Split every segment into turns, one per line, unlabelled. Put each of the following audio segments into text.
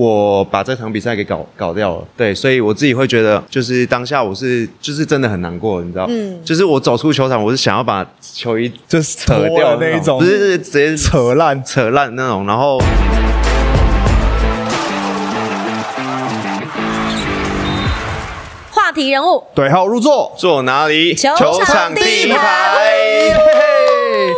我把这场比赛给搞搞掉了。对，所以我自己会觉得，就是当下我是就是真的很难过，你知道，
嗯
就是我走出球场，我是想要把球衣
就是
扯掉
脱的那一种
嗯
不是是直接
扯烂，
扯烂那种，然后。
话题人物，
对号入座。
坐哪里？
球场第一排
嘿嘿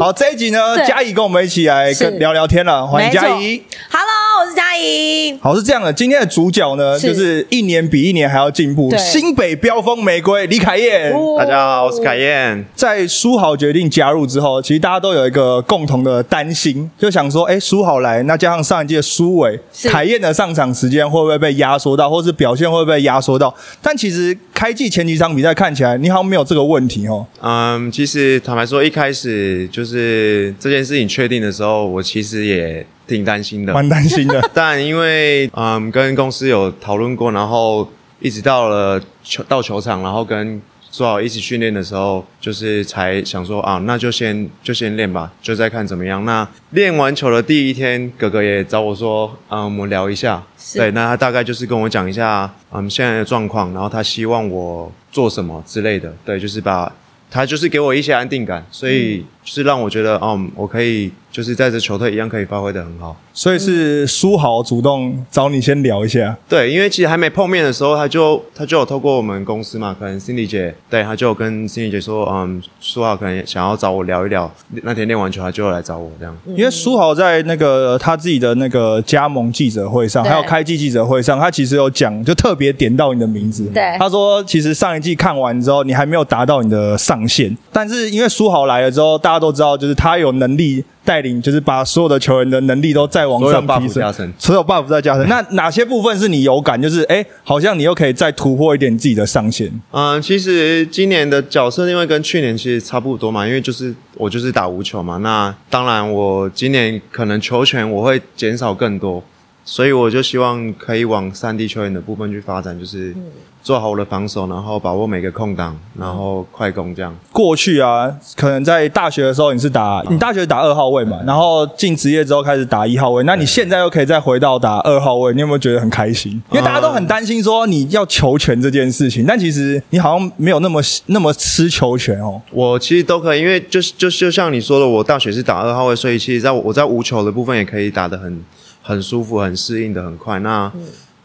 好，这一集呢，
嗯对
嘉怡跟我们一起来
是
跟聊聊天了，欢迎
没错
嘉怡。
Hello，我是佳怡。
好，是这样的，今天的主角呢，
是
就是一年比一年还要进步，
对哦
新北飙风玫瑰李凯燕。
大家好，我是凯燕。
在书豪决定加入之后，其实大家都有一个共同的担心，就想说，哎、书豪来，那加上上一届苏伟、
是
凯燕的上场时间会不会被压缩到，或是表现会不会被压缩到？但其实开季前几场比赛看起来，你好像没有这个问题哦。
嗯，其实坦白说，一开始就是这件事情确定的时候，我其实也挺担心的。。
蛮担心 的
但因为嗯，跟公司有讨论过，然后一直到了球到球场，然后跟做好一起训练的时候，就是才想说啊，那就先就先练吧，就再看怎么样。那练完球的第一天，哥哥也找我说，嗯，我们聊一下。
是
对，那他大概就是跟我讲一下，嗯，现在的状况，然后他希望我做什么之类的。对，就是把他就是给我一些安定感，所以就是让我觉得，哦、我可以就是在这球队一样可以发挥的很好。
所以是书豪主动找你先聊一下，
对，因为其实还没碰面的时候，他就他就有透过我们公司嘛，可能 Cindy 姐，对，他就有跟 Cindy 姐说，嗯，说好可能想要找我聊一聊，那天练完球他就来找我这样。
嗯
因为书豪在那个他自己的那个加盟记者会上，
对
还有开季记者会上，他其实有讲，就特别点到你的名字。
对
他说其实上一季看完之后，你还没有达到你的上限，但是因为书豪来了之后，大家都知道，就是他有能力带领，就是把所有的球员的能力都再往
所有
上
buff
提升，
加成
所有 buff 再加成。那哪些部分是你有感，就是哎、诶好像你又可以再突破一点自己的上限？
嗯，其实今年的角色定位跟去年其实差不多嘛，因为就是我就是打无球嘛。那当然，我今年可能球权我会减少更多，所以我就希望可以往三 D 球员的部分去发展，就是做好我的防守，然后把握每个空档，然后快攻这样。
过去啊，可能在大学的时候你是打，你大学打二号位
嗯
嘛，然后进职业之后开始打一号位，那你现在又可以再回到打二号位，你有没有觉得很开心？
啊
因为大家都很担心说你要球权这件事情，但其实你好像没有那么那么吃球权哦。
我其实都可以，因为就是就是就像你说的，我大学是打二号位，所以其实在我我在无球的部分也可以打得很很舒服、很适应的很快。那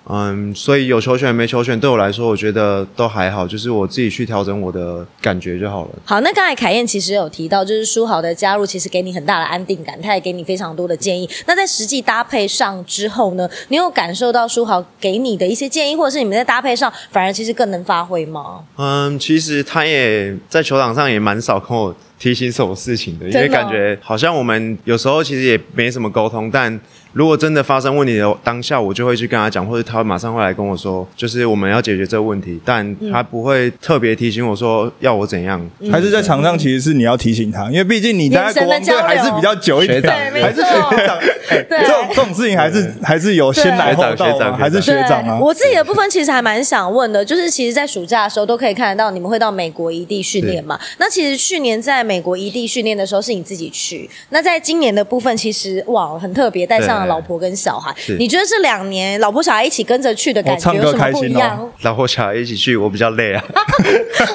嗯所以有球权没球权对我来说，我觉得都还好，就是我自己去调整我的感觉就好了。
好，那刚才凯燕其实有提到，就是书豪的加入其实给你很大的安定感，他也给你非常多的建议。那在实际搭配上之后呢，你有感受到书豪给你的一些建议，或者是你们在搭配上反而其实更能发挥吗？
嗯，其实他也在球场上也蛮少跟我提醒什么事情的，因为
真的哦
感觉好像我们有时候其实也没什么沟通，但如果真的发生问题的当下，我就会去跟他讲，或者他会马上会来跟我说，就是我们要解决这个问题，但
嗯
他不会特别提醒我说要我怎样。
还是在场上其实是你要提醒他，因为毕竟你待在国王队还是比较久一点，
对
对，没
还是学
错
长，。哎
对
这种这种事情还是还是有先来后
学
到
长学
嘛，
长
还是学
对，
长啊。
我自己的部分其实还蛮想问的，就是其实，在暑假的时候都可以看得到你们会到美国一地训练嘛。那其实去年在美国一地训练的时候是你自己去，那在今年的部分其实哇很特别，带上了
对
老婆跟小孩
是。
你觉得这两年老婆小孩一起跟着去的感
哦
觉
唱歌
有什么
开
不
心
一
哦
样？
然后我小孩一起去，我比较累 啊。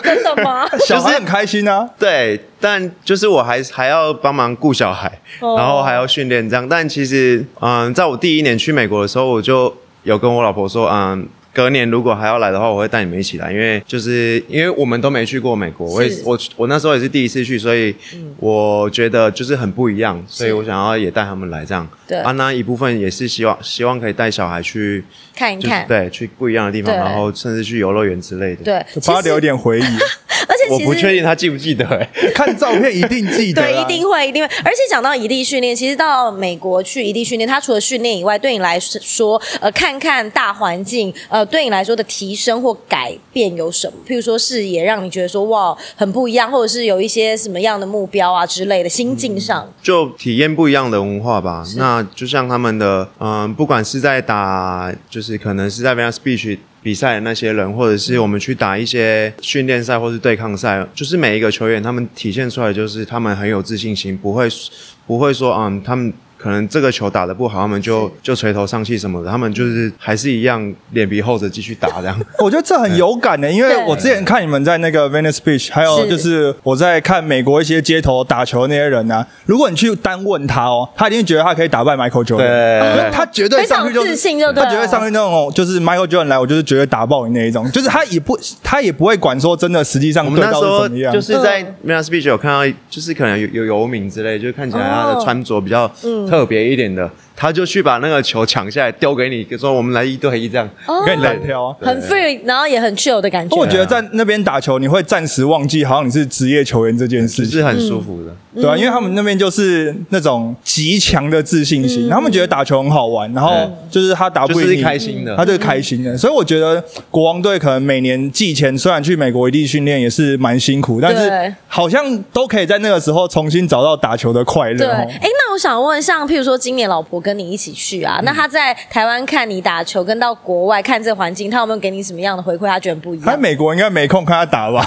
真的吗？
小孩很开心啊，
对，但就是我还还要帮忙顾小孩，
哦
然后还要训练这样。但其实，嗯，在我第一年去美国的时候，我就有跟我老婆说，嗯。隔年如果还要来的话，我会带你们一起来，因为就是因为我们都没去过美国，我也
是嗯
我我那时候也是第一次去，所以我觉得就是很不一样，所以
是
我想要也带他们来这样。
对
啊，那一部分也是希望希望可以带小孩去，
看一
就是
看，
对，去不一样的地方，
对
然后甚至去游乐园之类的。，
对，
帮他留一
点。
点 回忆。
而且
我
其
不
实
确定他记不记得、欸，
看照片一定记得啦，啊
对，一定会，一
啊
定会。而且讲到一地训练，其实到美国去一地训练，它除了训练以外，对你来说，呃，看看大环境，呃，对你来说的提升或改变有什么？譬如说视野，让你觉得说哇，很不一样，或者是有一些什么样的目标啊之类的，心境上，
就体验不一样的文化吧。那就像他们的，嗯，不管是在打，就是可能是在 v a n Speech 比赛的那些人，或者是我们去打一些训练赛或是对抗赛，就是每一个球员他们体现出来就是他们很有自信心，不会不会说，嗯，他们可能这个球打得不好，他们就就垂头丧气什么的，他们就是还是一样脸皮厚着继续打这样。
我觉得这很有感的、因为
对
我之前看你们在那个 Venice Beach，还有
是
就是我在看美国一些街头打球那些人啊，如果你去单问他哦，他一定觉得他可以打败 Michael Jordan，因为
对，
他绝对上去就
非常自
是
信就对
他
了
绝对上去那种就是 Michael Jordan 来，我就是绝对打爆你那一种，就是他也不他也不会管说真的实际上
我们
对
那时
到是
候
怎么样，
就是在
嗯
m i l a Speech 有看到，就是可能有有游民之类，就是看起来他
哦
的穿着比较特别一点的，他就去把那个球抢下来丢给你，说我们来一对一这样。
哦
跟你单挑啊。
嗯
很 free，然后也很 chill 的感觉
我。觉得在那边打球，你会暂时忘记好像你是职业球员这件事
只
情。
是很舒服的。
嗯
对啊，因为他们那边就是那种极强的自信
嗯
心，他们觉得打球很好玩，然后就是他打不赢
就是
你
开心的
他就是开心
嗯
的。所以我觉得国王队可能每年季前虽然去美国一地训练也是蛮辛苦，但
对
是好像都可以在那个时候重新找到打球的快乐
对，
哦。
哎，那我想问，像譬如说今年老婆跟你一起去
嗯
啊，那她在台湾看你打球，跟到国外看这环境，她有没有给你什么样的回馈？她觉得不一
他
样？
哎美国应该没空看他打 吧？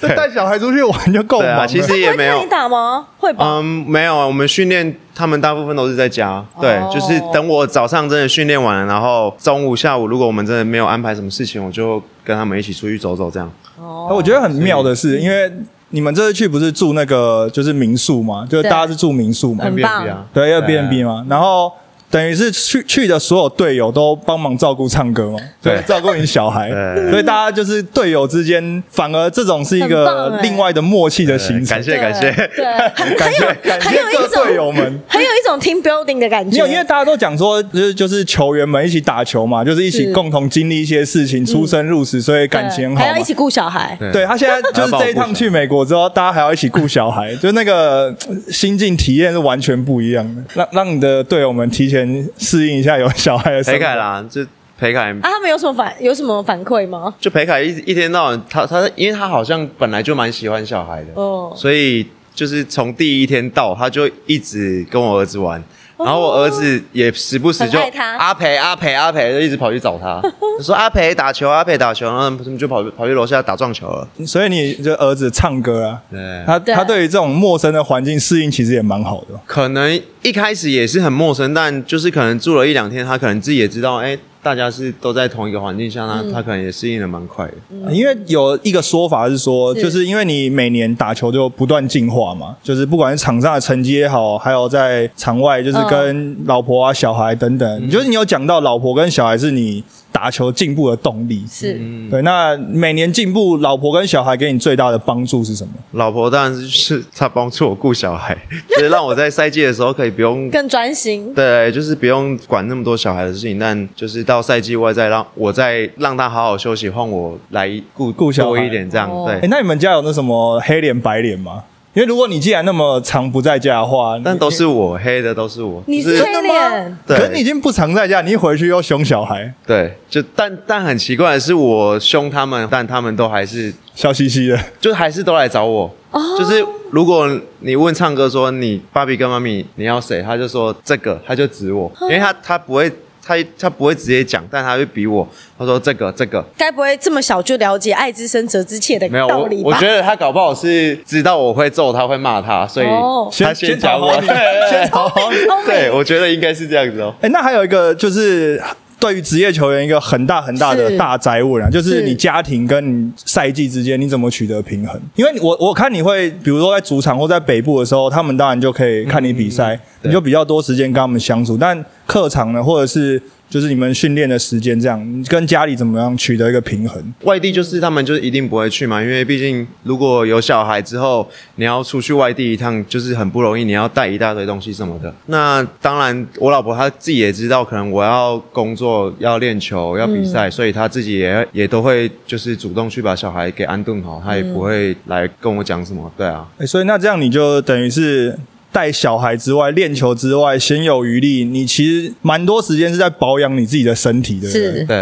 这带小孩出去玩就够
对
忙
啊，
了。
其实
她
也
不
没
会看
有
你。打吗？会吧？
嗯，没有，啊，我们训练他们大部分都是在家，对，
哦
就是等我早上真的训练完了，然后中午、下午如果我们真的没有安排什么事情，我就跟他们一起出去走走这样。
哦，
啊我觉得很妙的是，因为你们这次去不是住那个就是民宿嘛，就是
对
大家是住民宿嘛，
很棒
Airbnb 啊
对 Airbnb 嘛，然后等于是去去的所有队友都帮忙照顾唱歌嘛，
对
就是照顾你小孩，
对
所以大家就是队友之间，反而这种是一
很棒
个
欸
另外的默契的形
对
成
感。谢感谢。
对，很
感
很
谢
有
感
很
谢
有
各
一种
队友们。
很有一种 team building 的感觉。
没有，因为大家都讲说，就是就是球员们一起打球嘛，就是一起
是嗯
共同经历一些事情，出生入死，所以感情很好
还
嘛。
要一起顾小孩。
对他现在就是这一趟去美国之后，大家还要一起顾小孩，就那个呃心境体验是完全不一样的。让让你的队友们提前适应一下有小孩的生
裴
活
凯。啦，就裴凯
啊，他们有什么反有什么反馈吗？
就裴凯一一天到晚，他他因为他好像本来就蛮喜欢小孩的，
哦
所以就是从第一天到，他就一直跟我儿子玩。然后我儿子也时不时就
哦很爱他
阿培阿培阿培，就一直跑去找 他，就说阿培打球阿培打球，然后他们就跑跑去楼下打撞球了。
所以你就儿子唱歌啊，
对，
他
对
他对于这种陌生的环境适应其实也蛮好的。
可能一开始也是很陌生，但就是可能住了一两天，他可能自己也知道，哎，大家是都在同一个环境下，
嗯
那他可能也适应的蛮快的。
因为有一个说法是说，
是
就是因为你每年打球就不断进化嘛，就是不管是场上的成绩也好，还有在场外
嗯
就是跟老婆啊、小孩等等，就是你有讲到老婆跟小孩是你打球进步的动力。
是，
嗯
对，那每年进步，老婆跟小孩给你最大的帮助是什么？
老婆当然是就是她帮助我顾小孩， 就是让我在赛季的时候可以不 用
更专心。
对，就是不用管那么多小孩的事情，但就是到赛季外再让我再让他好好休息，换我来顾
顾小孩
多一点这样。
哦
哎，
对，
那你们家有那什么黑脸白脸吗？因为如果你既然那么常不在家的话，
但
你
都是我黑的，都是我。
你
就是
黑脸，
对
可是你已经不常在家，你一回去又凶小孩，
对，就但但很奇怪的是，我凶他们，但他们都还是
笑嘻嘻的。
就还是都来找我。
哦
就是如果你问唱歌说你芭比跟妈咪你要谁，他就说这个，他就指我，
嗯
因为他他不会他他不会直接讲，但他会比我，他说这个这个，
该不会这么小就了解“爱之深，责之切”的
没有，
道
我
理吧？
我觉得他搞不好是知道我会揍他，会骂他，所以
哦
他
先
讲
讨
我
好。你先讨好你。
聪明
对，我觉得应该是这样子哦。
哎、那还有一个就是对于职业球员一个很大很大的
是
大灾问啊，就是
是
你家庭跟你赛季之间你怎么取得平衡？因为你我我看你会，比如说在主场或在北部的时候，他们当然就可以看你比赛，你就比较多时间跟他们相处。但客场呢，或者是就是你们训练的时间这样，你跟家里怎么样取得一个平衡？
外地就是他们就是一定不会去嘛，因为毕竟如果有小孩之后，你要出去外地一趟就是很不容易，你要带一大堆东西什么的。那当然，我老婆她自己也知道，可能我要工作、要练球、要比赛，所以她自己也也都会就是主动去把小孩给安顿好，她也不会来跟我讲什么。对啊，
哎、所以那这样你就等于是。带小孩之外，练球之外，闲有余力，你其实蛮多时间是在保养你自己的身体，对不对？
是
对，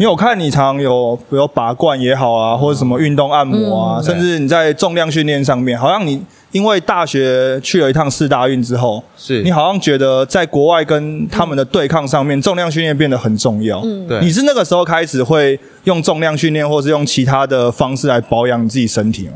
因为我看你常有，比如拔罐也好啊，或者什么运动按摩啊，甚至你在重量训练上面，好像你因为大学去了一趟四大运之后，
是
你好像觉得在国外跟他们的对抗上面，重量训练变得很重要。嗯，
对
你是那个时候开始会用重量训练，或是用其他的方式来保养你自己身体吗？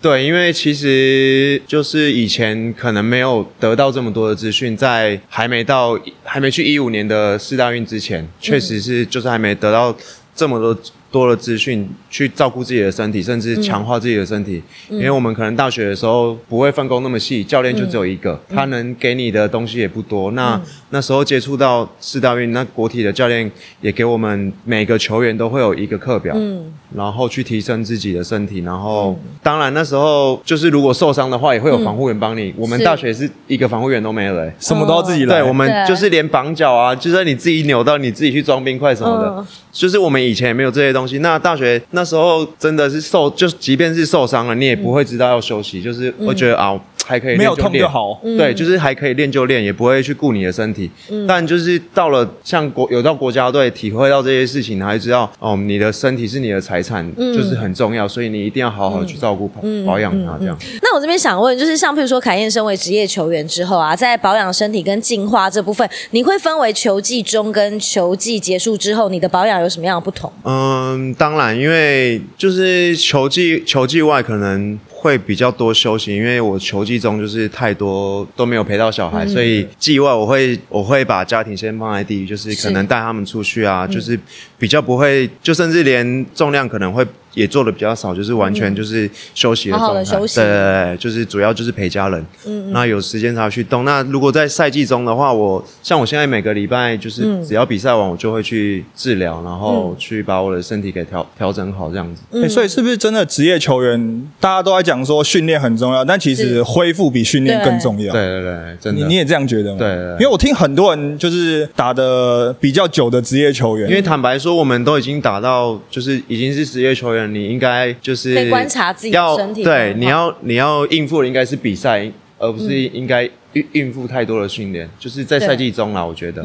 对，因为其实就是以前可能没有得到这么多的资讯，在还没到还没去一五年的四大运之前，确实是就是还没得到这么多多的资讯去照顾自己的身体，甚至强化自己的身体。因为我们可能大学的时候不会分工那么细，教练就只有一个，
嗯
他能给你的东西也不多。那、那时候接触到四大运，那国体的教练也给我们每个球员都会有一个课表，
嗯
然后去提升自己的身体，然后、当然那时候就是如果受伤的话，也会有防护员帮你。我们
嗯是
大学是一个防护员都没有的、欸
什么都要自己来。
对，我们
对
就是连绑脚啊，就是你自己扭到，你自己去装冰块什么的，
嗯
就是我们以前也没有这些东西。那大学那时候真的是受，就即便是受伤了，你也不会知道要休息，就是会觉得、啊，还可以
没有
练
痛
练
就好
对，就是还可以练就练，也不会去顾你的身体。但就是到了像国有到国家队，体会到这些事情，还知道哦，你的身体是你的财产，就是很重要，所以你一定要好好去照顾、保养它，这样。
那我这边想问，就是像譬如说凯燕身为职业球员之后啊，在保养身体跟进化这部分，你会分为球季中跟球季结束之后，你的保养有什么样的不同？
嗯，当然，因为就是球季球季外可能会比较多休息，因为我球季中就是太多都没有陪到小孩，所以季外我会我会把家庭先放在第一，就是可能带他们出去啊，就是比较不会，就甚至连重量可能会。也做的比较少，就是完全就是休息的
好好
状
地
态，
休息
对对对，就是主要就是陪家人，嗯那有时间才会去动。那如果在赛季中的话，我像我现在每个礼拜就是
嗯
只要比赛完，我就会去治疗，然后去把我的身体给调调整好，这样子。
嗯
诶所以是不是真的职业球员，大家都在讲说训练很重要，但其实
是
恢复比训练更重要。
对对对，真
你
的。
你也这样觉得吗？
对对对
因为我听很多人就是打的比较久的职业球员，
因为坦白说，我们都已经打到，就是已经是职业球员，你应该就是
可以观察自己的
要
身体嗯
对，
状况
你要你要应付的应该是比赛，而不
嗯
是应该应应付太多的训练，就是在赛季中啦，我觉得。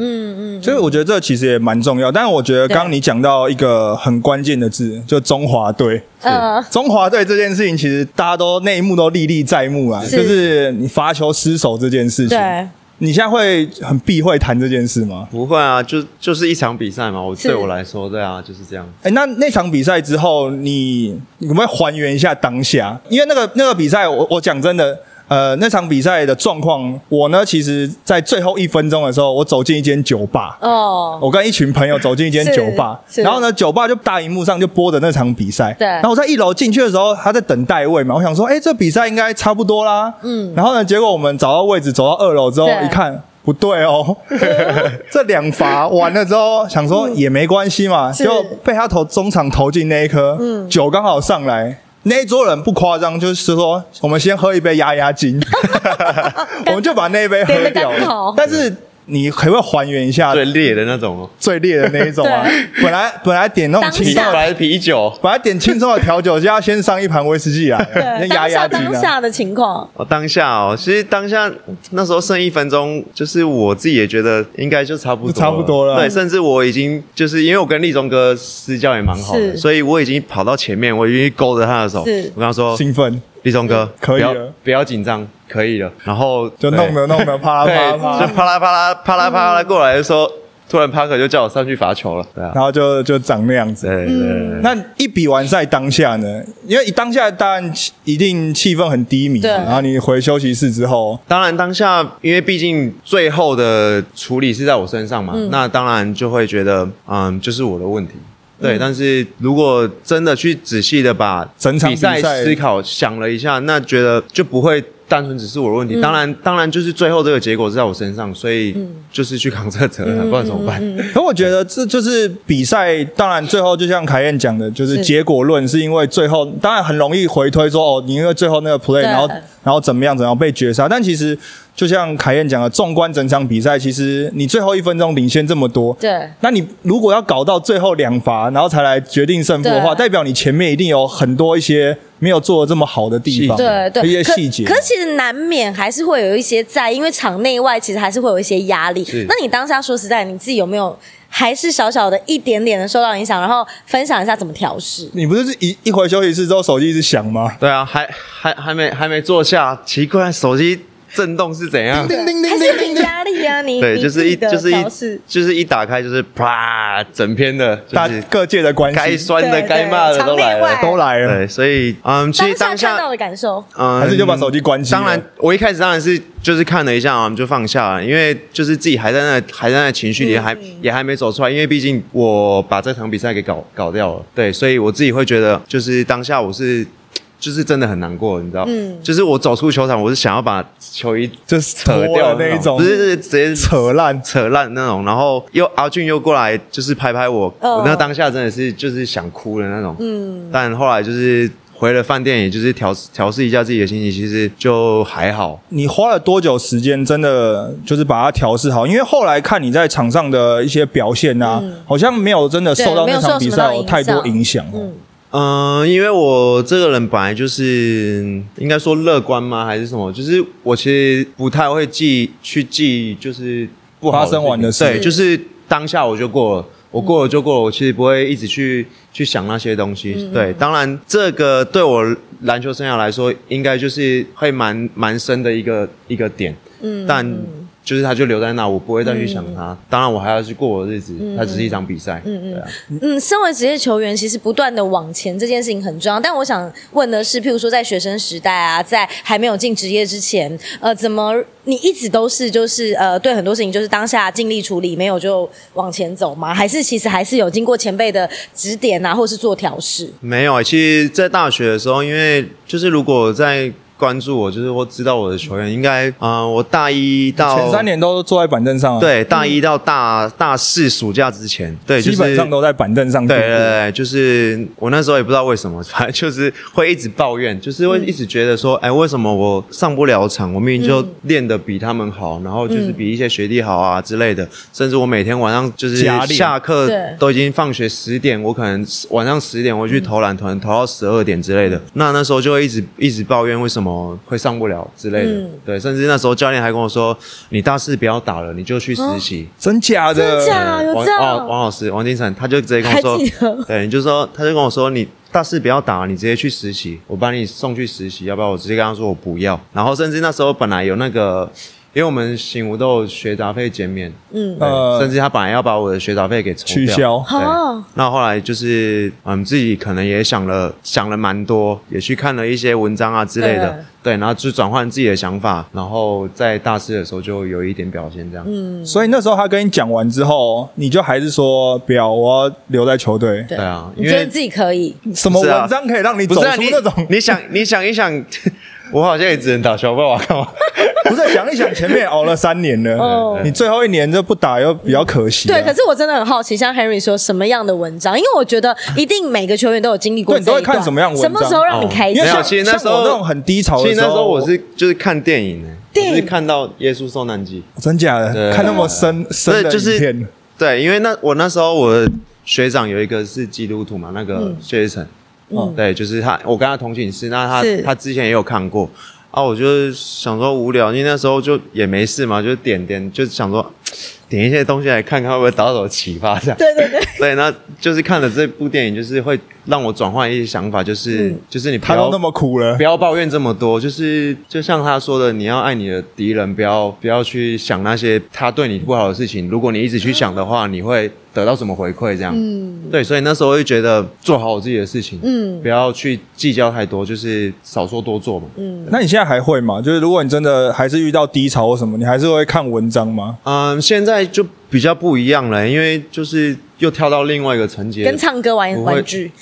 所以我觉得这其实也蛮重要。但我觉得刚刚你讲到一个很关键的字，就中华队。
呃，
中华队这件事情，其实大家都内幕都历历在目啊，
是
就是你罚球失手这件事情。
对，
你现在会很避讳谈这件事吗？
不会啊，就就是一场比赛嘛，我
是
对我来说，对啊，就是这样。
哎，那那场比赛之后，你你可不可以还原一下当下？因为那个那个比赛，我我讲真的，呃，那场比赛的状况，我呢，其实在最后一分钟的时候，我走进一间酒吧，
哦，
我跟一群朋友走进一间
是
酒吧，
是
然后呢，酒吧就大荧幕上就播着那场比赛。
对
然后我在一楼进去的时候，他在等待位嘛，我想说，哎，这比赛应该差不多啦。嗯。然后呢，结果我们找到位置，走到二楼之后
对
一看。不对 哦，这两罚完了之后，想说也没关系嘛，
嗯是
就被他投中场投进那一颗，嗯，酒刚好上来，那一桌人不夸张，就是说我们先喝一杯压压 惊，我们就把那一杯喝
点得
掉
刚好
了。但是你可不可以还原一下
最烈的那种哦，
最烈的那一 种啊。本来本来点那种轻
啤
是
酒
松
啊，
还是啤酒？
本来点轻松的调酒，就要先上一盘威士忌啊，
对，
先压
当下
压惊
当
啊。
下的情况，
哦，当下哦，其实当下那时候剩一分钟，就是我自己也觉得应该就差不多，
差不多了
对，甚至我已经就是因为我跟立中哥私交也蛮好的，
是
所以我已经跑到前面，我已经勾着他的手，我
是
跟他说
兴奋，：“
立中哥，
可以
不要
了
不要紧张，可以了。”然后
就弄
对
得弄得啪啦啪啦
对，
啪啦
就啪啦啪啦啪啦啪啦过来的时候，突然帕克就叫我上去罚球了，对啊，
然后就就长那嗯样子。
对对对
那一比完赛当下呢？因为当下当然气一定气氛很低迷，
对
然后你回休息室之后，
当然，当下因为毕竟最后的处理是在我身上嘛，
嗯
那当然就会觉得，嗯，就是我的问题。
嗯
对，但是如果真的去仔细的把
整场比赛
赛思考想了一下，那觉得就不会单纯只是我的
嗯
问题。当然，当然就是最后这个结果是在我身上，所以就是去扛这个责任，不然怎么办？
嗯
可我觉得这就是比赛，当然最后就像凯燕讲的，就是
是
结果论，是因为最后当然很容易回推说哦，你因为最后那个 play，
对
然后然后怎么样怎么样被绝杀，但其实就像凯燕讲的，纵观整场比赛，其实你最后一分钟领先这么多，
对，
那你如果要搞到最后两罚，然后才来决定胜负的话，
对
代表你前面一定有很多一些没有做的这么好的地方，
细
对对，
一些
可
细节。
可其实难免还是会有一些在，因为场内外其实还是会有一些压力
是。
那你当下说实在，你自己有没有还是小小的一点点的受到影响，然后分享一下怎么调试。
你不是一一回休息室之后手机一直响吗？
对啊，还还还没还没坐下，奇怪，手机震动是怎样？
叮叮叮
还是
叮
有
叮
你
叮，
压力啊，你
对，
你
就是一
自己的
就是
调
一
试
就是一打开就是啪，整篇的就
大
是
各界的关
该
系
酸的
对对
该骂的
场
都
内
来
外
了。
都来了，
对，所以嗯，其实
当
当
下看到
下
的感受，
嗯，
还是就把手机关机了。
当然，我一开始当然是就是看了一下，我嗯们就放下了，因为就是自己还在那还在那情
嗯
绪里，还也还没走出来，因为毕竟我把这场比赛给搞搞掉了，对，所以我自己会觉得，就是当下我是就是真的很难过，你知道，嗯，就是我走出球场，我是想要把球衣
就是
扯
脱
掉
了那一
种，
种
不是是直接
扯烂，
扯烂那种，然后又阿俊又过来就是拍拍我，
嗯
我那当下真的是就是想哭的那种，嗯，但后来就是回了饭店，也就是调调试一下自己的心情，其实就还好。
你花了多久时间，真的就是把它调试好？因为后来看你在场上的一些表现啊，好像没有真的受到
嗯对没
那
有
场比赛有太
受什
多
么到影响
影响、哦。
嗯、因为我这个人本来就是嗯应该说乐观吗，还是什么？就是我其实不太会记去记，就是不好
发生完的事
情对，就是当下我就过了，我过了就过了，我其实不会一直去去想那些东西。对，当然这个对我篮球生涯来说，应该就是会蛮蛮深的一个一个点。嗯，但。就是它就留在那，我不会再去想它。当然，我还要去过我的日子，它只是一场比赛。嗯嗯，对啊。
嗯，身为职业球员，其实不断的往前这件事情很重要。但我想问的是，譬如说在学生时代啊，在还没有进职业之前，呃，怎么你一直都是就是呃，对很多事情就是当下尽力处理，没有就往前走吗？还是其实还是有经过前辈的指点啊，或是做调试？
没有欸，其实，在大学的时候，因为就是如果在关注我，就是我知道我的球员，应该，嗯、我大一到
前三，年都坐在板凳上、啊，，
哦对，大一到大、大四暑假之前，对，就
基
是
本上都在板凳上度
对
过。
对对，就是我那时候也不知道为什么， 反正就是会一直抱怨，就是会一直觉得说，哎、为什么我上不了场？我明明就练得比他们好，然后就是比一些学弟好啊之类的，甚至我每天晚上就是
加练
下课
对
都已经放学十点，我可能晚上十点我去投篮，可能投到十二点之类的。那那时候就会一直一直抱怨为什么会上不了之类的，
嗯
对，甚至那时候教练还跟我说，你大四不要打了，你就去实习。
真假的？
真假啊有
王
这
哦
样？
王老师，王金城，他就直接跟我
还记得
说， 对，你就说，他就跟我说，你大四不要打，你直接去实习，我把你送去实习，要不要？我直接跟他说我不要。然后甚至那时候本来有那个，因为我们醒吾都有学杂费减免，
嗯，
对
呃
甚至他本来要把我的学杂费给抽
取
掉。
消。
对
哦，
那后来就是嗯，自己可能也想了想了蛮多，也去看了一些文章啊之类的，对，然后就转换自己的想法，然后在大四的时候就有一点表现这样。嗯，
所以那时候他跟你讲完之后，你就还是说不要，我要留在球队。
对
对啊
你
因
觉
为
得自己可以？
什么
是啊
文章可以让你
不
走
是
出
啊，你
那种？
你想你想一想， 我好像也只能打小霸王干 嘛？
不是想一想，前面熬了三年
哦
了，你最后一年就不打又比较可惜啊。
对，可是我真的很好奇，像 Henry 说什么样的文章？因为我觉得一定每个球员都有经历过
对
这
你
一
都
段。
会看什么样的文
什
章哦
么时候让你开
因为
没
窍
有
像？
其实那时候
像我那种很低潮的
其实那时候我
我
是就是看电影呢、
电影
我是看到《耶稣受难记
真假的
对
看那么深》，深
对，
的
就
影
是
片，
对，因为那我那时候我的学长有一个是基督徒嘛，那个谢依晨，
嗯
哦对，就是他，我跟他同寝室，那他
是
他之前也有看过。啊，我就是想说无聊，因为那时候就也没事嘛，就点点，就想说点一些东西来看看会不会打手启发这样。
对对对，
对，那就是看了这部电影，就是会让我转换一些想法，就是、就是你不
他都
要
那么苦了
不。要抱怨这么多，就是就像他说的，你要爱你的敌人，不要不要去想那些他对你不好的事情。如果你一直去想的话，你会得到什么回馈？这样，嗯，对，所以那时候就觉得做好我自己的事情，嗯，不要去计较太多，就是少说多做嘛，嗯
那你现在还会吗？就是如果你真的还是遇到低潮或什么，你还是会看文章吗？
嗯，现在就比较不一样了，因为就是又跳到另外一个层级了，
跟唱歌玩
不会
玩具。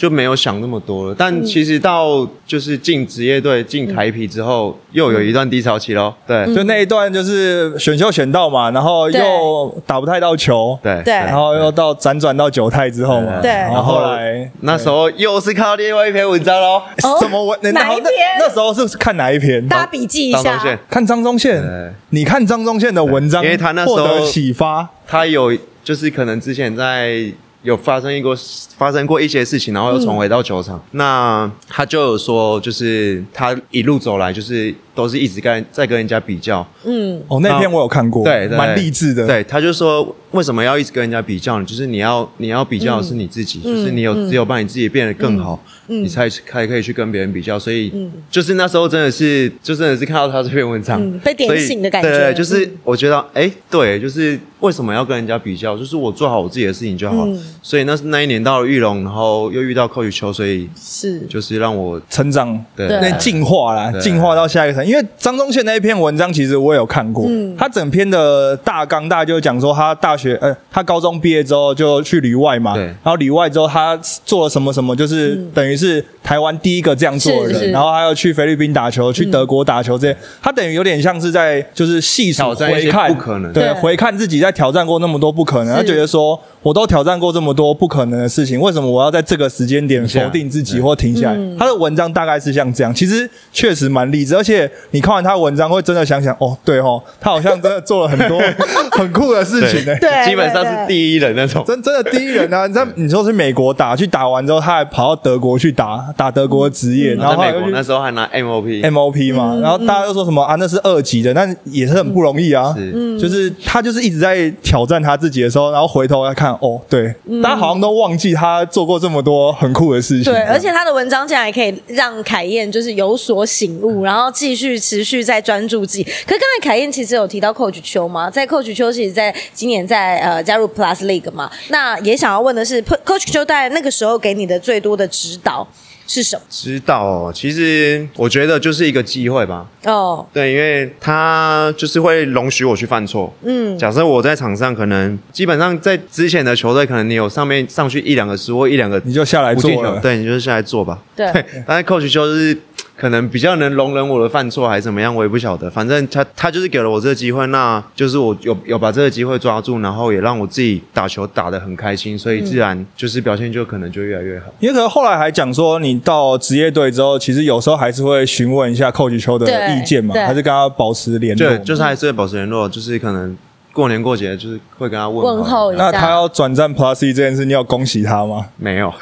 就没有想那么多了。
嗯
但其实到就是进职业队、进台皮之后，又有一段低潮期咯。对，
嗯
就那一段就是选秀选到嘛，然后又
对
打不太到球，
对
对
然后又到辗转到九泰之后嘛，
对
然
然
后
后
后来
那时候又是靠另外一篇文章喽，
哦
什么文？那
哪一
那
篇
那时候是看哪一篇？
大家笔记一
张
下
东。宪
看张宗
对
宪，你看张宗宪的文章，
对因为他那时候
获得启发，
他有就是可能之前在有发生一过发生过一些事情，
嗯
然后又重回到球场。那他就有说，就是他一路走来就是。都是一直跟在跟人家比较，
嗯，
哦，那篇我有看过，
对，对
蛮励志的。，
对，他就说为什么要一直跟人家比较呢？就是你要你要比
嗯
较的是你自己，就是你有只有把你自己变得更好，你才才可以去跟别人比较。所以、
嗯
就是那时候真的是就真的是看到他这篇文章，
嗯被点
所以
醒的感觉嗯
对对，就是我觉得哎、对，就是为什么要跟人家比较？就是我做好我自己的事情就好。
嗯
所以那是那一年到了玉龙，然后又遇到寇雨秋，所以
是，
就是让我
成长
对
对
那进化啦，
对
进化到下一个层。因为张宗宪那一篇文章，其实我也有看过，
嗯
他整篇的大纲大家就讲说，他大学呃，他高中毕业之后就去旅外嘛，
对
然后旅外之后他做了什么什么，就是等于是台湾第一个这样做的
是嗯是
人，然后他又去菲律宾打球，去德国打球这些，他等于有点像是在就是细数
挑战一
回
些
看，
不可能
对，
对
回看自己在挑战过那么多不可能，他
是
觉得说我都挑战过这么多不可能的事情，为什么我要在这个时间点
下
否定自己或停下来？
嗯
他的文章大概是像这样，其实确实蛮励志，而且你看完他的文章会真的想想，哦，对哦，他好像真的做了很 多很酷的事情呢、欸
对
基本上
对对
是第一人那种。
真真的第一人啊！你在你说是美国打去打完之后，他还跑到德国去打打德国的职
嗯
业，然后
在
后来
美
又
国
去
那时候还拿 MOP，
MOP 嘛，然后大家都说什么啊，那是二级的，但也是很不容易啊。
是
嗯
就是他就是一直在挑战他自己的时候，然后回头来看，哦，对，大家好像都忘记他做过这么多很酷的事情。
嗯对，而且他的文章竟然也可以让凯燕就是有所醒悟，然后继续持续在专注自己。可刚才凯燕其实有提到 Coach 秋嘛，在 Coach 秋其实在今年在呃加入 Plus League 嘛，那也想要问的是 Coach 秋在那个时候给你的最多的指导是什么？
知道哦，其实我觉得就是一个机会吧。
哦，
对，因为他就是会容许我去犯错。
嗯
假设我在场上可能基本上在之前的球队，可能你有上面上去一两个失误，一两个
你就下来
不
做
进球，
了，
对，你就是下来做吧。
对
但是 coach 就是可能比较能容忍我的犯错还是怎么样，我也不晓得。反正他他就是给了我这个机会，那就是我有有把这个机会抓住，然后也让我自己打球打得很开心，所
嗯
以自然就是表现就可能就越来越好。
因为可能后来还讲说，你到职业队之后，其实有时候还是会询问一下 Coach 秋的
对
意见嘛，
对
还是跟他保持联络
对
嘛。，
就是还是会保持联络，就是可能过年过节就是会跟他问
问候一下
那他要转战 Plus E 这件事，你要恭喜他吗？
没 有，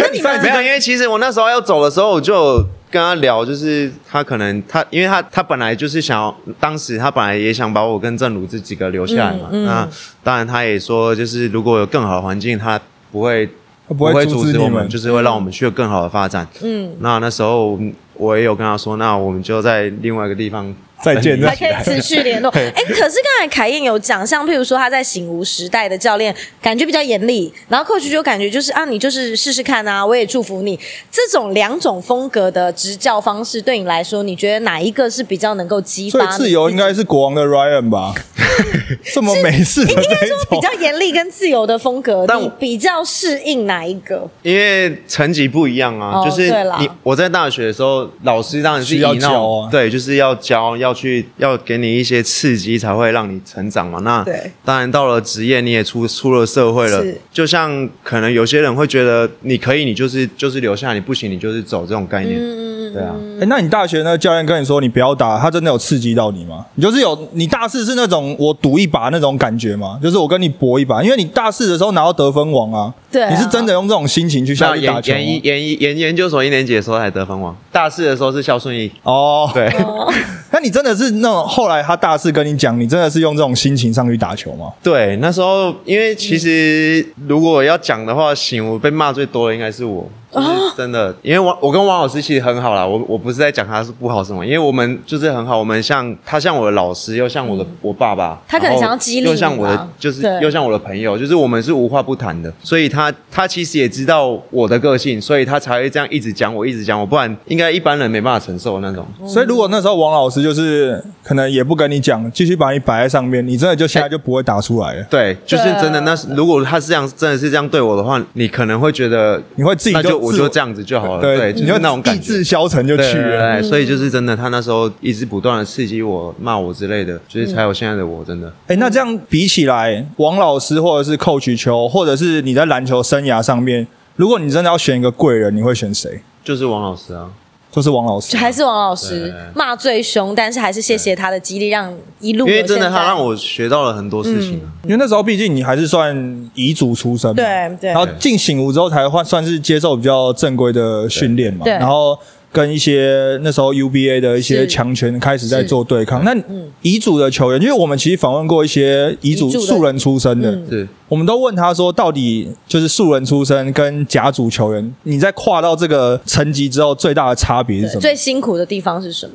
那你们
没有，因为其实我那时候要走的时候，我就有跟他聊，就是他可能他，因为他他本来就是想要，当时他本来也想把我跟正如这几个留下来嘛。
嗯
那当然他也说，就是如果有更好的环境，他不会
他不会阻
阻
止
止
你
我
们
们，就是会让我们去有更好的发展。
嗯，
那那时候我也有跟他说，那我们就在另外一个地方
再见，
还可以持续联络。哎、可是刚才凯燕有讲，像譬如说他在醒吾时代的教练，感觉比较严厉，然后 coach 就感觉就是啊，你就是试试看啊，我也祝福你。这种两种风格的执教方式，对你来说，你觉得哪一个是比较能够激
最
发你
自由应该是国王的 Ryan 吧？这么美式的这一
比
种，
较严厉跟自由的风格，
但
你比较适应哪一个？
因为层级不一样啊，
哦
就是
对啦
你我在大学的时候，老师当然是以那
需要教
种、
啊
对，就是要教，要去要给你一些刺激，才会让你成长嘛。那
对
当然到了职业，你也出出了社会了
是，
就像可能有些人会觉得你可以，你就是就是留下，你不行，你就是走这种概念。
嗯嗯
对啊，
哎、那你大学那个教练跟你说你不要打，他真的有刺激到你吗？你就是有，你大四是那种我赌一把那种感觉吗？就是我跟你搏一把，因为你大四的时候拿到得分王啊，
对啊
你是真的用这种心情去下
那
去打
研
球吗
研一研一研研究所一年级的时候才得分王，大四的时候是肖顺义。
哦，
对，
哦，
那你真的是那种后来他大四跟你讲，你真的是用这种心情上去打球吗？
对，那时候因为其实
嗯
如果要讲的话，醒吾被骂最多的应该是我，
哦
就是真的，因为王我跟王老师其实很好啦，我我不是在讲他是不好什么，因为我们就是很好，我们像他像我的老师，又像我的、我爸爸，
嗯他可能
然后
想要激励
又
你
像我的
吧
就是
对
又像我的朋友，就是我们是无话不谈的，所以他他其实也知道我的个性，所以他才会这样一直讲我，一直讲我，不然应该一般人没办法承受那种。
嗯
所以如果那时候王老师就是可能也不跟你讲，继续把你摆在上面，你真的就现在就不会打出来了。
对，就是
对啊
真的。那是如果他是这样，真的是这样对我的话，你可能会觉得
你会自己
那
就
就我
自我
就这样子就好了。
对，
哦对，
你
就
就是
那种感
意
觉。
志消沉就
对
去
对
了。
对，所以就是真的，他那时候一直不断的刺激我、骂我之类的，就是才有现在的我，真的。
哎、那这样比起来，王老师或者是 Coach 球，或者是你在篮球生涯上面，如果你真的要选一个贵人，你会选谁？
就是王老师啊，
就是王老师
就。还是王老师
对
骂最凶，但是还是谢谢他的激励，让一路
因为真
有
的
嗯现在
他让我学到了很多事情啊。
因为那时候毕竟你还是算遗嘱出身嘛，
对对
然后进醒吾之后才换算是接受比较正规的训练嘛，
对
然后跟一些那时候 UBA 的一些
是
强权开始在
是嗯
做对抗。那遗嘱的球员，因为我们其实访问过一些遗嘱
遗嘱的
素人出身的，
嗯
是
我们都问他说，到底就是素人出身跟甲组球员，你在跨到这个层级之后，最大的差别是什么？
最辛苦的地方是什么？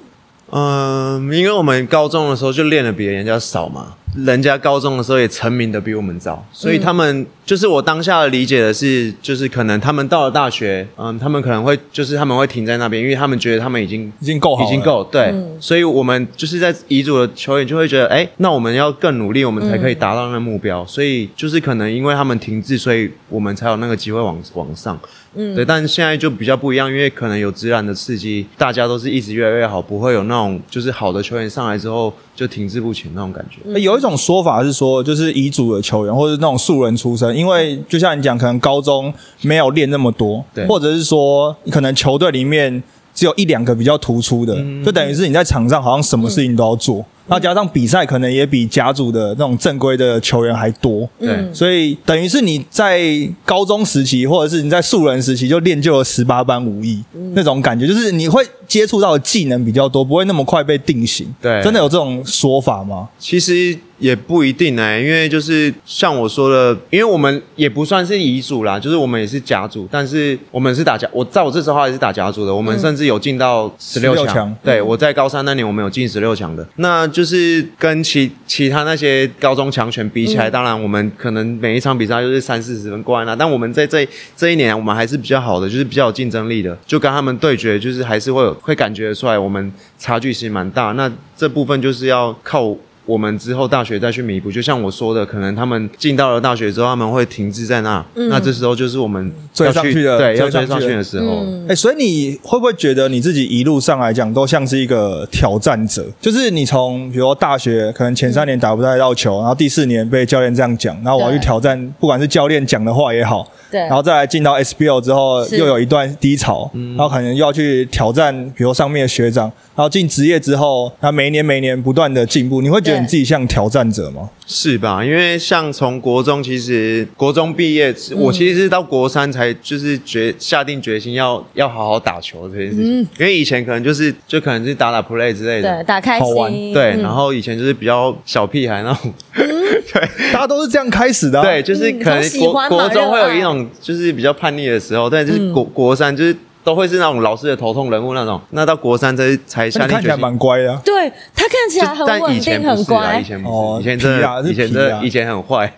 嗯，因为我们高中的时候就练的比人家少嘛，人家高中的时候也成名的比我们早，所以他们、就是我当下的理解的是，就是可能他们到了大学，嗯，他们可能会就是他们会停在那边，因为他们觉得他们已经
已经够好了嗯
已经够对，所以我们就是在遗嘱的球员就会觉得，哎、那我们要更努力，我们才可以达到那个目
嗯
标，所以就是可能因为他们停滞，所以我们才有那个机会往往上。
嗯
对，但现在就比较不一样，因为可能有自然的刺激，大家都是一直越来越好，不会有那种就是好的球员上来之后就停滞不前那种感觉。
有一种说法是说，就是遗嘱的球员或者那种素人出身，因为就像你讲，可能高中没有练那么多，
对
或者是说可能球队里面只有一两个比较突出的，
嗯
就等于是你在场上好像什么事情都要做，然后加上比赛可能也比甲组的那种正规的球员还多，
对，
所以等于是你在高中时期，或者是你在素人时期就练就了十八般武艺、
嗯
那种感觉，就是你会接触到的技能比较多，不会那么快被定型。
对
真的有这种说法吗？
其实也不一定哎、因为就是像我说的，因为我们也不算是乙组啦，就是我们也是甲组，但是我们是打甲，我在我这时候还是打甲组的，我们甚至有进到嗯十六
16强
强。对，我在高三那年我们有进十六强的，那就是跟其其他那些高中强权比起
嗯
来，当然我们可能每一场比赛就是三四十分过来啦，但我们在这这一年我们还是比较好的，就是比较有竞争力的，就跟他们对决，就是还是会有会感觉得出来我们差距其实蛮大。那这部分就是要靠。我们之后大学再去弥补，就像我说的，可能他们进到了大学之后，他们会停滞在那，那这时候就是我们
嗯追
要
上去的
对，
追
要追
上
上
去
去
的
的时候，
嗯
哎、所以你会不会觉得你自己一路上来讲都像是一个挑战者？就是你从比如说大学可能前三年打不太到球，然后第四年被教练这样讲，然后我要去
对
挑战，不管是教练讲的话也好，
对
然后再来进到 SBL 之后
是
又有一段低潮，
嗯
然后可能又要去挑战，比如上面的学长，然后进职业之后，他每一年每一年不断的进步，你会觉得
对
你自己像挑战者吗？
是吧？因为像从国中，其实国中毕业，
嗯
我其实是到国三才就是决下定决心要要好好打球这件事
嗯
情。因为以前可能就是就可能是打打 play 之类
对，
的，
打开
好玩
心，
对。
嗯
然后以前就是比较小屁孩那种，
大家都是这样开始的、啊，
对，，就是可
从
能
嗯喜
国
欢嘛
国中会
热爱嗯
有一种就是比较叛逆的时候，但就是国国三就是都会是那种老师的头痛人物那种。那到国三才才
那
下
你
定
看起
决
来
心。
蛮乖的啊、
对他看起
就
来很
但
稳
以前
定，
不
很
是啊，
乖
以。前
哦
不是，以前
皮
真
啊
的，
是
以前
皮
真
啊
的，以前很坏。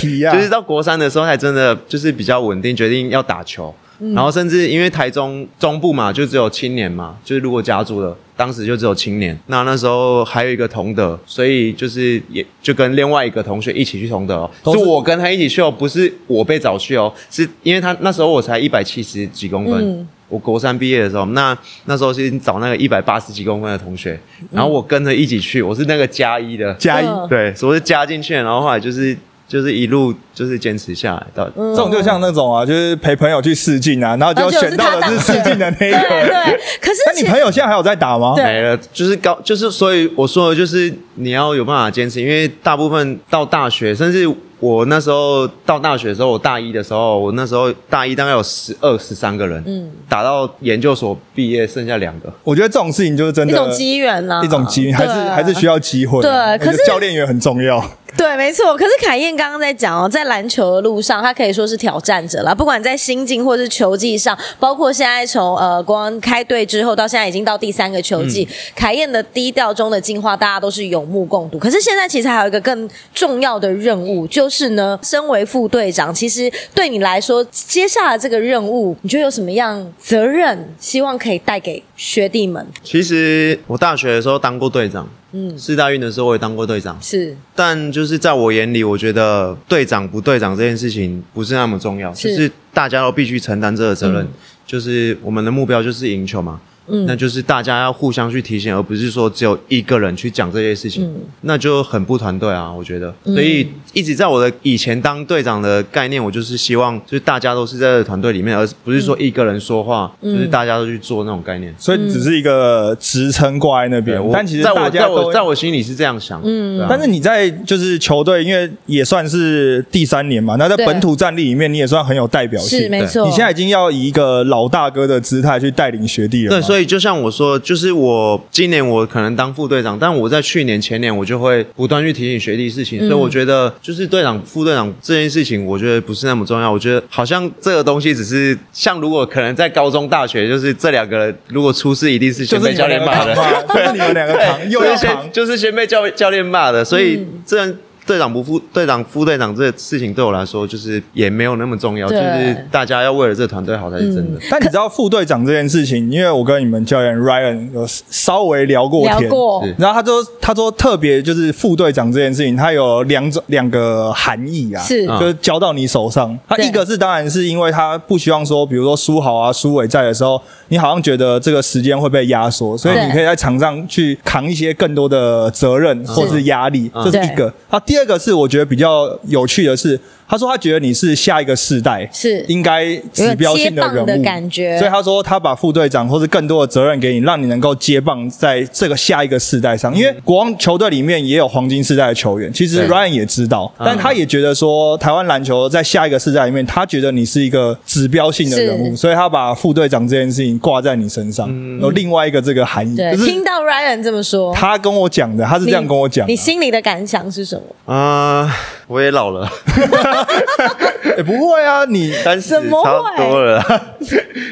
皮呀、
就是到国三的时候才真的就是比较稳定，决定要打球。然后甚至因为台中中部嘛，就只有青年嘛，就是如果加入了，当时就只有青年。那那时候还有一个同德，所以就是也就跟另外一个同学一起去同德、哦，
都
是
是
我跟他一起去哦，不是我被找去哦，是因为他那时候我才一百七十几公分。
嗯
我国三毕业的时候，那那时候是找那个一百八十几公分的同学，然后我跟着一起去，我是那个加一的，
加一。
嗯
对，所以是加进去，然后后来就是就是一路就是坚持下来到。
这种就像那种啊，就是陪朋友去试镜
嗯
啊，然后就选到的是试镜的那一
对
个。
对，可是
那你
其
朋友现在还有在打吗？
对
没了，就是高，就是所以我说的就是你要有办法坚持，因为大部分到大学，甚至我那时候到大学的时候，我大一的时候，我那时候大一大概有十二十三个人，嗯，打到研究所毕业剩下两个，
我觉得这种事情就是真
一
的
种机缘啦，
一种机遇，还是
对啊
还是需要机会。啊
对
我觉得
可是嗯
教练员很重要。
对，没错。可是凯燕刚刚在讲哦，在篮球的路上，他可以说是挑战者啦，不管在心境或是球技上，包括现在从呃国王开队之后到现在已经到第三个球季，
嗯
凯燕的低调中的进化，大家都是有目共睹。可是现在其实还有一个更重要的任务，就是呢，身为副队长，其实对你来说，接下来这个任务，你觉得有什么样责任，希望可以带给学弟们？
其实我大学的时候当过队长，嗯，四大运的时候我也当过队长，
是
但就是在我眼里，我觉得队长不队长这件事情不是那么重要，
是
就是大家都必须承担这个责任。就是我们的目标就是赢球嘛。嗯，那就是大家要互相去提醒，而不是说只有一个人去讲这些事情，那就很不团队啊，我觉得。所以一直在我的以前当队长的概念，我就是希望就是大家都是在这个团队里面，而不是说一个人说话，就是大家都去做那种概念。
所以只是一个职称挂在那
对
边
我，
但其实
嗯在
大
我
家
在
都
我在我心里是这样想，嗯，
但是你在就是球队，因为也算是第三年嘛，那在
对
本土战力里面，你也算很有代表性。
是没
对
错。
你现在已经要以一个老大哥的姿态去带领学弟了嘛。
对，所以就像我说，就是我今年我可能当副队长，但我在去年前年我就会不断去提醒学弟事情，所以我觉得就是队长、副队长这件事情，我觉得不是那么重要。我觉得好像这个东西只是像如果可能在高中、大学，就是这两个如果出事，一定是先
就是
被
你
教
们
练
两个
骂的，
扛嘛就是你们两个扛，又
就是
要
先
扛。
就是先被教教练骂的，所以这样。队长不副队长副队长这事情对我来说就是也没有那么重要，就
对
是大家要为了这个团队好才是真的。
但你知道副队长这件事情，因为我跟你们教练 Ryan 有稍微聊过
聊
天，
过
是
然后他说他说特别就是副队长这件事情，他有两种两个含义啊，
是
就是交到你手上。他
对
一个是当然是因为他不希望说，比如说苏豪啊、苏伟在的时候，你好像觉得这个时间会被压缩，所以
对
你可以在场上去扛一些更多的责任或是压力，这是一个。啊，第二个是我觉得比较有趣的是，他说他觉得你是下一个世代，
是
应该指标性人
有接棒
物
的感觉
所以他说他把副队长或是更多的责任给你，让你能够接棒在这个下一个世代
嗯
上。因为国王球队里面也有黄金世代的球员，其实
对
Ryan 也知道，但他也觉得说台湾篮球在下一个世代里面，他觉得你是一个指标性的人物，
是
所以他把副队长这件事情挂在你身上。有另外一个这个含义，
对，
就是
听到 Ryan 这么说，
他跟我讲的，他是这样跟我讲的啊
你。心里的感想是什么？
啊、我也老了。
诶不会啊，你
三十差
怎么
不多了啦，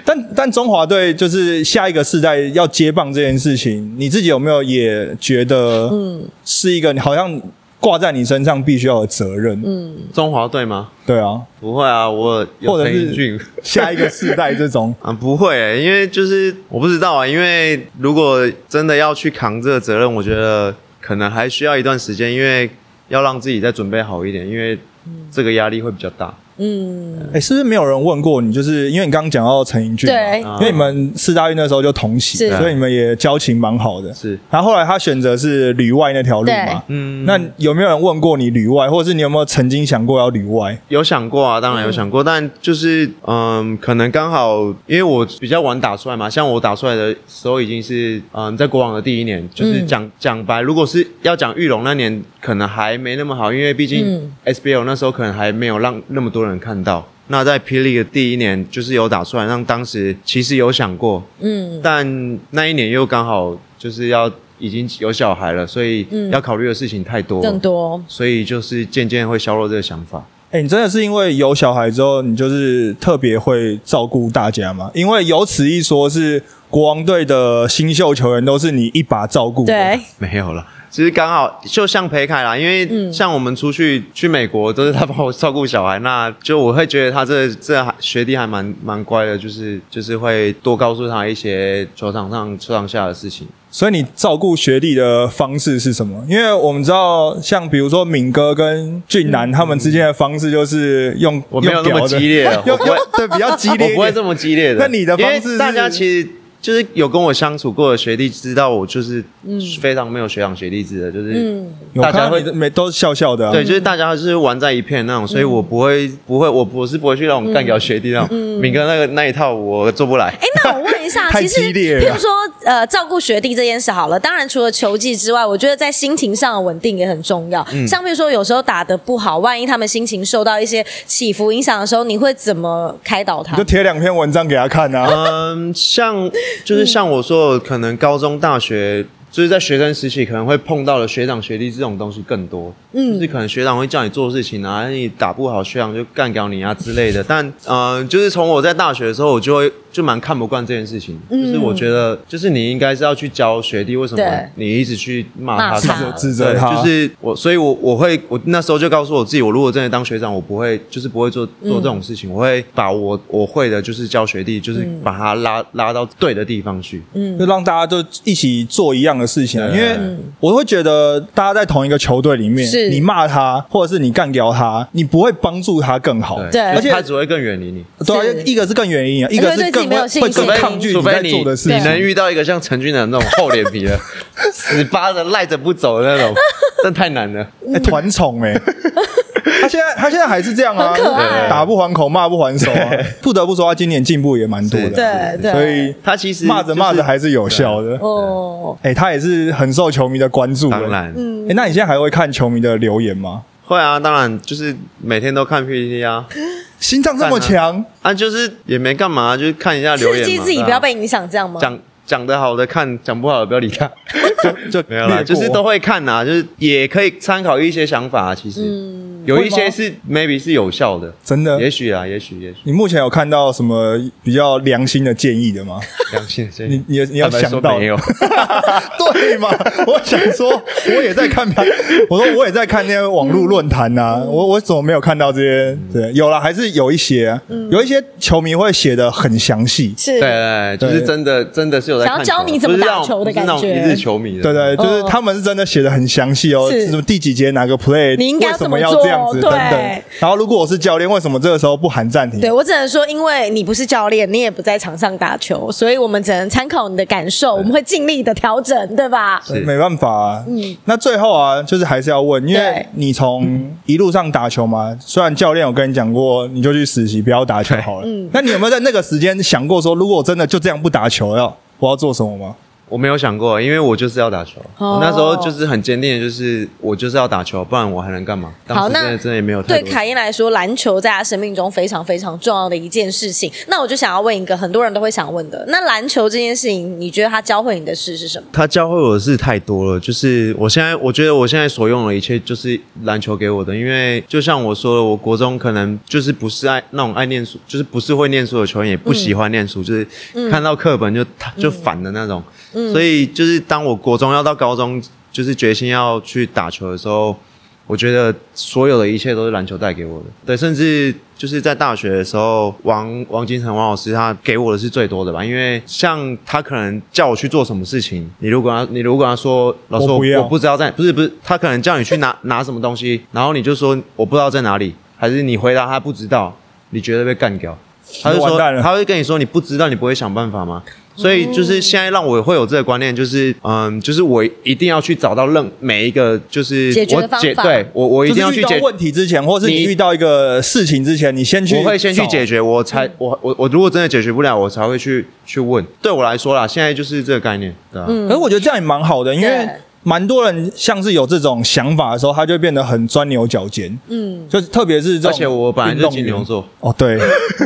但但中华队就是下一个世代要接棒这件事情，你自己有没有也觉得，嗯，是一个你好像挂在你身上必须要有责任，嗯，
中华队吗？
对啊，
不会啊，我有
或者
陈
是
英俊，
下一个世代这种
啊，不会欸、因为就是我不知道啊，因为如果真的要去扛这个责任，我觉得可能还需要一段时间，因为要让自己再准备好一点，因为这个压力会比较大。
嗯，
哎、是不是没有人问过你？就是因为你刚刚讲到陈盈俊嘛，因
对
为你们四大运那时候就同期，
是
所以你们也交情蛮好的。
是，
然后后来他选择是旅外那条路嘛，
嗯，
那有没有人问过你旅外，或者是你有没有曾经想过要旅外？
有想过啊，当然有想过，但就是嗯，可能刚好因为我比较晚打出来嘛，像我打出来的时候已经是嗯，在国网的第一年，就是
嗯
讲、讲白，如果是要讲玉龙那年，可能还没那么好，因为毕竟
嗯
SBL 那时候可能还没有让那么多人看到。那在霹雳的第一年，就是有打出来，让当时其实有想过，
嗯，
但那一年又刚好就是要已经有小孩了，所以
嗯
要考虑的事情太多了，
更多
所以就是渐渐会削弱这个想法。
哎、你真的是因为有小孩之后，你就是特别会照顾大家吗？因为有此一说，是国王队的新秀球员都是你一把照顾的。
对，
没有了，其实刚好就像裴凯啦，因为像我们出去、去美国都是他帮我照顾小孩，那就我会觉得他这这还学弟还蛮蛮乖的，就是就是会多告诉他一些球场上球场下的事情。
所以你照顾学弟的方式是什么？因为我们知道，像比如说敏哥跟俊男、他们之间的方式就是用
嗯我没有那
用
么
屌的
激 烈了，我
用
不会
用对比较激
我
烈一点，
不会这么激烈的。
那你的方式是
因为大家其实就是有跟我相处过的学弟知道我就是非常没有学长学弟制的，就是
嗯
有
大
看
家
到
会
你的每都是笑笑的、啊，
对，就是大家就是玩在一片那种，
嗯
所以我不会不会我我是不会去那种干掉学弟那种。敏哥那个那一套我做不来。
嗯哎，那我问一下，
太
其实
激烈了
譬如说，呃，照顾学弟这件事好了，当然除了球技之外，我觉得在心情上的稳定也很重要。
嗯
像譬如说，有时候打得不好，万一他们心情受到一些起伏影响的时候，你会怎么开导他
你就？贴两篇文章给他看 啊。
嗯，像就是像我说，的，可能高中、大学。就是在学生时期可能会碰到的学长学弟这种东西更多，嗯，就是可能学长会叫你做事情啊，你打不好学长就干掉你啊之类的。但嗯、呃就是从我在大学的时候，我就会就蛮看不惯这件事情，就是我觉得就是你应该是要去教学弟，为什么
嗯对
你一直去骂他
骂他
什么
指责
指
对
啊责他
就是我，所以我我会我那时候就告诉我自己，我如果真的当学长，我不会就是不会做做这种事情，我会把我我会的，就是教学弟，就是
嗯
把他拉拉到对的地方去。
就让大家就一起做一样的事情啊，因
嗯对
为
嗯
我会觉得大家在同一个球队里面
是，
你骂他或者是你干掉他，他，你不会帮助他更好。
对
而且
他只会更远离你。
对啊
是，
一个是更远一点，一个
而且
是
对自己没有信
会
心
更抗拒
除
你在
非你
做的事
你
情。哎
能遇到一个像陈俊南那种厚脸 皮的，死扒着赖着不走的那种，真太难了。
哎团 宠哎，他现在他现在还是这样啊，
很可
爱
打不还口，骂不还手啊。不得不说，他今年进步也蛮多
是
的，
对对，
所以
他其实
骂着骂
就
着
是
还是有效的。
哦，
哎，他也是很受球迷的关注。
当，然
哎，那你现在还会看球迷的留言吗？
会啊，当然就是每天都看 PPT 啊，
心脏这么强，
啊就是也没干嘛，就是看一下留言
刺
嘛。啊
激自己不要被影响，这样吗？
讲讲的好的看，讲不好的不要理 他。
就
没有啦，
略 过
就是都会看呐、就是也可以参考一些想法、啊。其实、
嗯
有一些是 maybe 是有效的，
真的
也许啊，也许 也许。
你目前有看到什么比较良心的建议的吗？
良心的建
你
议，
你你要
坦白
想
说
到
没 有？
对嘛？我想说，我也在看，我说我也在看那些网络论坛呐、我我怎么没有看到这些？对，有了，还是有一些啊、有一些球迷会写的很详细。
是，
对对，对就是真的真的是有在看
想要教你怎么打球
球
的感觉
不是那种不是那种啊一日球迷的，
对对，
哦
就是他们是真的写的很详细哦，
是
什么第几节哪个 play，
你应该
为什
怎么
么要
做
这样子
对
等等。然后如果我是教练，为什么这个时候不喊暂停？
对我只能说，因为你不是教练，你也不在场上打球，所以我们只能参考你的感受，我们会尽力的调整，对吧？
是
没办法、啊。嗯，那最后啊，就是还是要问，因为
对
你从一路上打球嘛，虽然教练有跟你讲过，你就去实习，不要打球好了。嗯，那你有没有在那个时间想过说，如果我真的就这样不打球了，我要做什么吗？
我没有想过，因为我就是要打球。啊
哦
我那时候就是很坚定的，就是我就是要打球，不然我还能干嘛？当
好，
时真
那
的真的也没有太
对
多
凯燕来说，篮球在他生命中非常非常重要的一件事情。那我就想要问一个很多人都会想问的，那篮球这件事情，你觉得它教会你的事是什么？
他教会我的事太多了，就是我现在我觉得我现在所用的一切就是篮球给我的，因为就像我说的，我国中可能就是不是爱那种爱念书，就是不是会念书的球员，也不喜欢念书，就是看到课本就、就烦的那种。所以就是当我国中要到高中，就是决心要去打球的时候，我觉得所有的一切都是篮球带给我的，对，甚至就是在大学的时候，王王金城王老师他给我的是最多的吧，因为像他可能叫我去做什么事情，你如果要你如果要说老师
我
我
不要
我不知道在不是不是，他可能叫你去拿拿什么东西，然后你就说我不知道在哪里，还是你回答他不知道，你绝对被干掉，他就
完
说
蛋了嗯
他会跟你说你不知道，你不会想办法吗？所以就是现在让我会有这个观念，就是嗯，就是我一定要去找到任每一个就是
解决的
我
方
解
法
对我我一定要
就
去
是遇到
解
问题之前，或是你
你
遇到一个事情之前，你先去
我会先去
找啊嗯
解。决，我才我我我如果真的解决不了，我才会去去问。对我来说啦，现在就是这个概念，对吧、啊
嗯
哦可是我觉得这样也蛮好的，因为
对
蛮多人像是有这种想法的时候，他就会变得很钻牛角尖。
嗯，
就是特别是这种
而且我本来就金牛座，
哦， 对，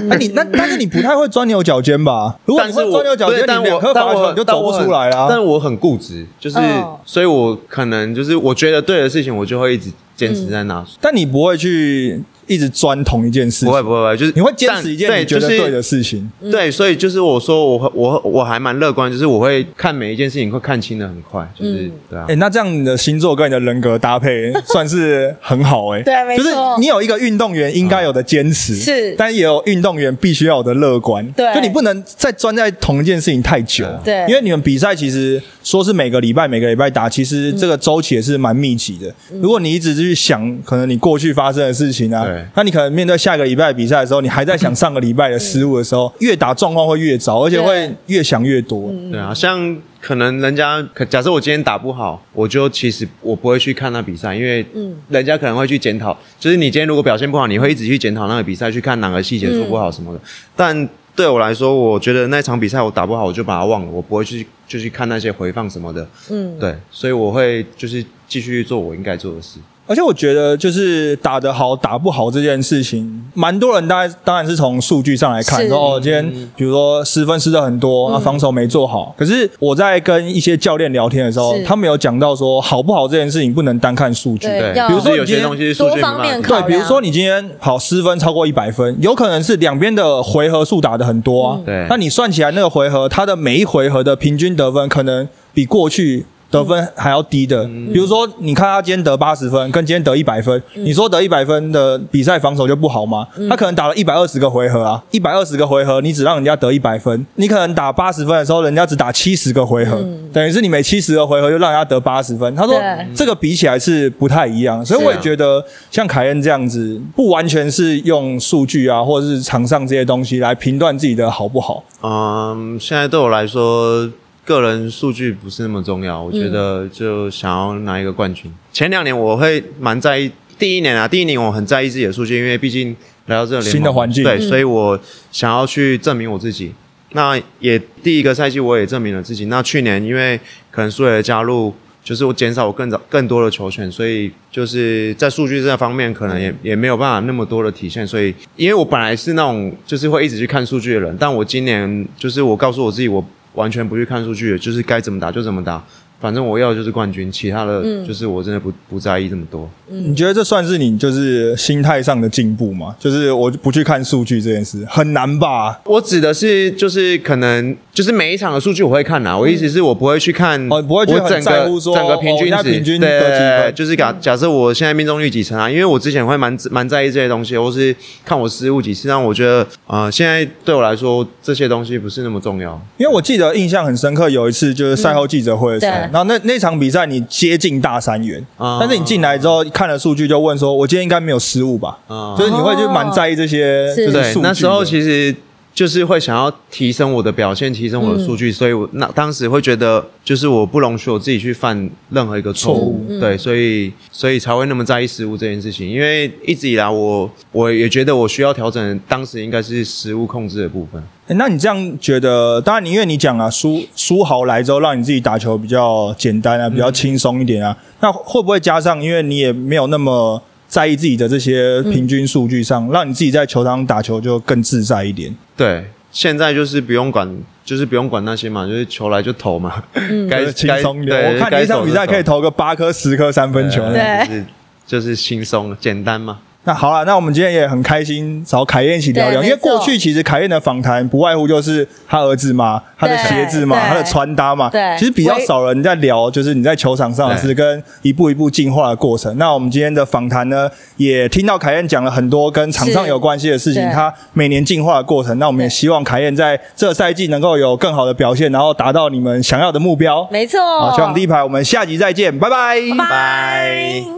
那、你那但是你不太会钻牛角尖吧？如果
但
你
是
会
我
钻牛角
对
尖，
但
你
我
两颗
但
罚球
我
你就走不出来
但
啦、
我很但我很固执，就是、
哦
所以，我可能就是我觉得对的事情，我就会一直坚
嗯
持在那。
但你不会去一直钻同一件事情，
不会不会，不会就是
你会坚持一件
但
你觉得
就是
对的事情。
嗯
对，所以就是我说我我我还蛮乐观，就是我会看每一件事情会看清的很快，就是、
嗯
对啊
哎、。那这样你的星座跟你的人格搭配算是很好哎、
对啊没错
就是你有一个运动员应该有的坚持，
是
但也有运动员必须要有的乐观。
对
就你不能再钻在同一件事情太久，
对
因为你们比赛其实说是每个礼拜每个礼拜打，其实这个周期也是蛮密集的。
嗯
如果你一直去想可能你过去发生的事情啊
对，
那你可能面对下个礼拜的比赛的时候，你还在想上个礼拜的失误的时
嗯
候，越打状况会越糟，而且会越想越多。
对啊，像可能人家可假设我今天打不好，我就其实我不会去看那比赛，因为
嗯
人家可能会去检讨，就是你今天如果表现不好，你会一直去检讨那个比赛，去看哪个细节做不好什
嗯
么的。但对我来说，我觉得那场比赛我打不好，我就把它忘了，我不会去就去看那些回放什么的。嗯，对，所以我会就是继续做我应该做的事。
而且我觉得，就是打得好打不好这件事情，蛮多人大概当然是从数据上来看，
是嗯
说哦，今天
嗯
比如说失分失的很多，那防守没做好。可是我在跟一些教练聊天的时候
是，
他们有讲到说，好不好这件事情不能单看数据。
对
对，
要
比如说有
今
些
天
东西数据
多
没
方
办法比
面考
对，
量
比如说你今天好失分超过一百分，有可能是两边的回合数打得很
嗯
多啊。
对
那你算起来那个回合，他的每一回合的平均得分可能比过去得分还要低的。
嗯
比如说，你看他今天得八十分，跟今天得一百分，你说得一百分的比赛防守就不好吗？
嗯
他可能打了一百二十个回合啊，一百二十个回合，你只让人家得一百分，你可能打八十分的时候，人家只打七十个回合，等于是你每七十个回合就让人家得八十分。他说
嗯对
这个比起来是不太一样，所以我也
是啊
觉得像凯恩这样子，不完全是用数据啊，或者是场上这些东西来评断自己的好不好。
嗯，现在对我来说，个人数据不是那么重要，我觉得就想要拿一个冠军。前两年我会蛮在意，第一年啊，第一年我很在意自己的数据，因为毕竟来到这个联盟
新的环境
对，
嗯
所以我想要去证明我自己。那也第一个赛季我也证明了自己。那去年因为可能苏伟的加入，就是我减少我更早更多的球权，所以就是在数据这方面可能也也没有办法那么多的体现。所以因为我本来是那种就是会一直去看数据的人，但我今年就是我告诉我自己，我完全不去看数据了，就是该怎么打就怎么打。反正我要的就是冠军，其他的就是我真的不不在意这么多。
你觉得这算是你就是心态上的进步吗？就是我不去看数据这件事很难吧？
我指的是就是可能就是每一场的数据我会看啊啦，我意思是我不会去看，
嗯哦你不会去
我
很
整
在
个
乎说
整个平均
哦那
值，
平均
对
得几分嗯
就是假假设我现在命中率几成啊，因为我之前会蛮蛮在意这些东西，或是看我失误几次，但我觉得呃现在对我来说这些东西不是那么重要。
因为我记得印象很深刻，有一次就是赛后记者会的时候，
对
然后那那场比赛你接近大三元，
嗯啊
但是你进来之后看了数据就问说，我今天应该没有失误吧？
啊
就是你会就蛮在意这些，
是
就是
对
数据，的。
那时候其实就是会想要提升我的表现，提升我的数据，所以我那当时会觉得，就是我不容许我自己去犯任何一个错误，对，所以所以才会那么在意失误这件事情，因为一直以来我我也觉得我需要调整，当时应该是失误控制的部分。
诶那你这样觉得？当然你，因为你讲啊，苏苏豪来之后，让你自己打球比较简单
嗯
啊，比较轻松一点啊。那会不会加上，因为你也没有那么在意自己的这些平均数据
嗯
上，让你自己在球场上打球就更自在一点？
对，现在就是不用管，就是不用管那些嘛，就是球来就投嘛，该
就是轻松一
该
点。
对
我看你
该
一场比赛
走就
可以投个八颗、十颗三分球。
走
对
就是就是轻松简单嘛。
那好了，那我们今天也很开心找凯燕一起聊聊，
对
因为
没错
过去其实凯燕的访谈不外乎就是他儿子嘛、他的
对
鞋子嘛、
对
他的穿搭嘛，
对
其实比较少人在聊，就是你在球场上
对
是跟一步一步进化的过程。那我们今天的访谈呢，也听到凯燕讲了很多跟场上
是
有关系的事情，
对
他每年进化的过程。那我们也
对
希望凯燕在这赛季能够有更好的表现，然后达到你们想要的目标。
没错，
好，球场第一排，我们下集再见，拜拜，
拜。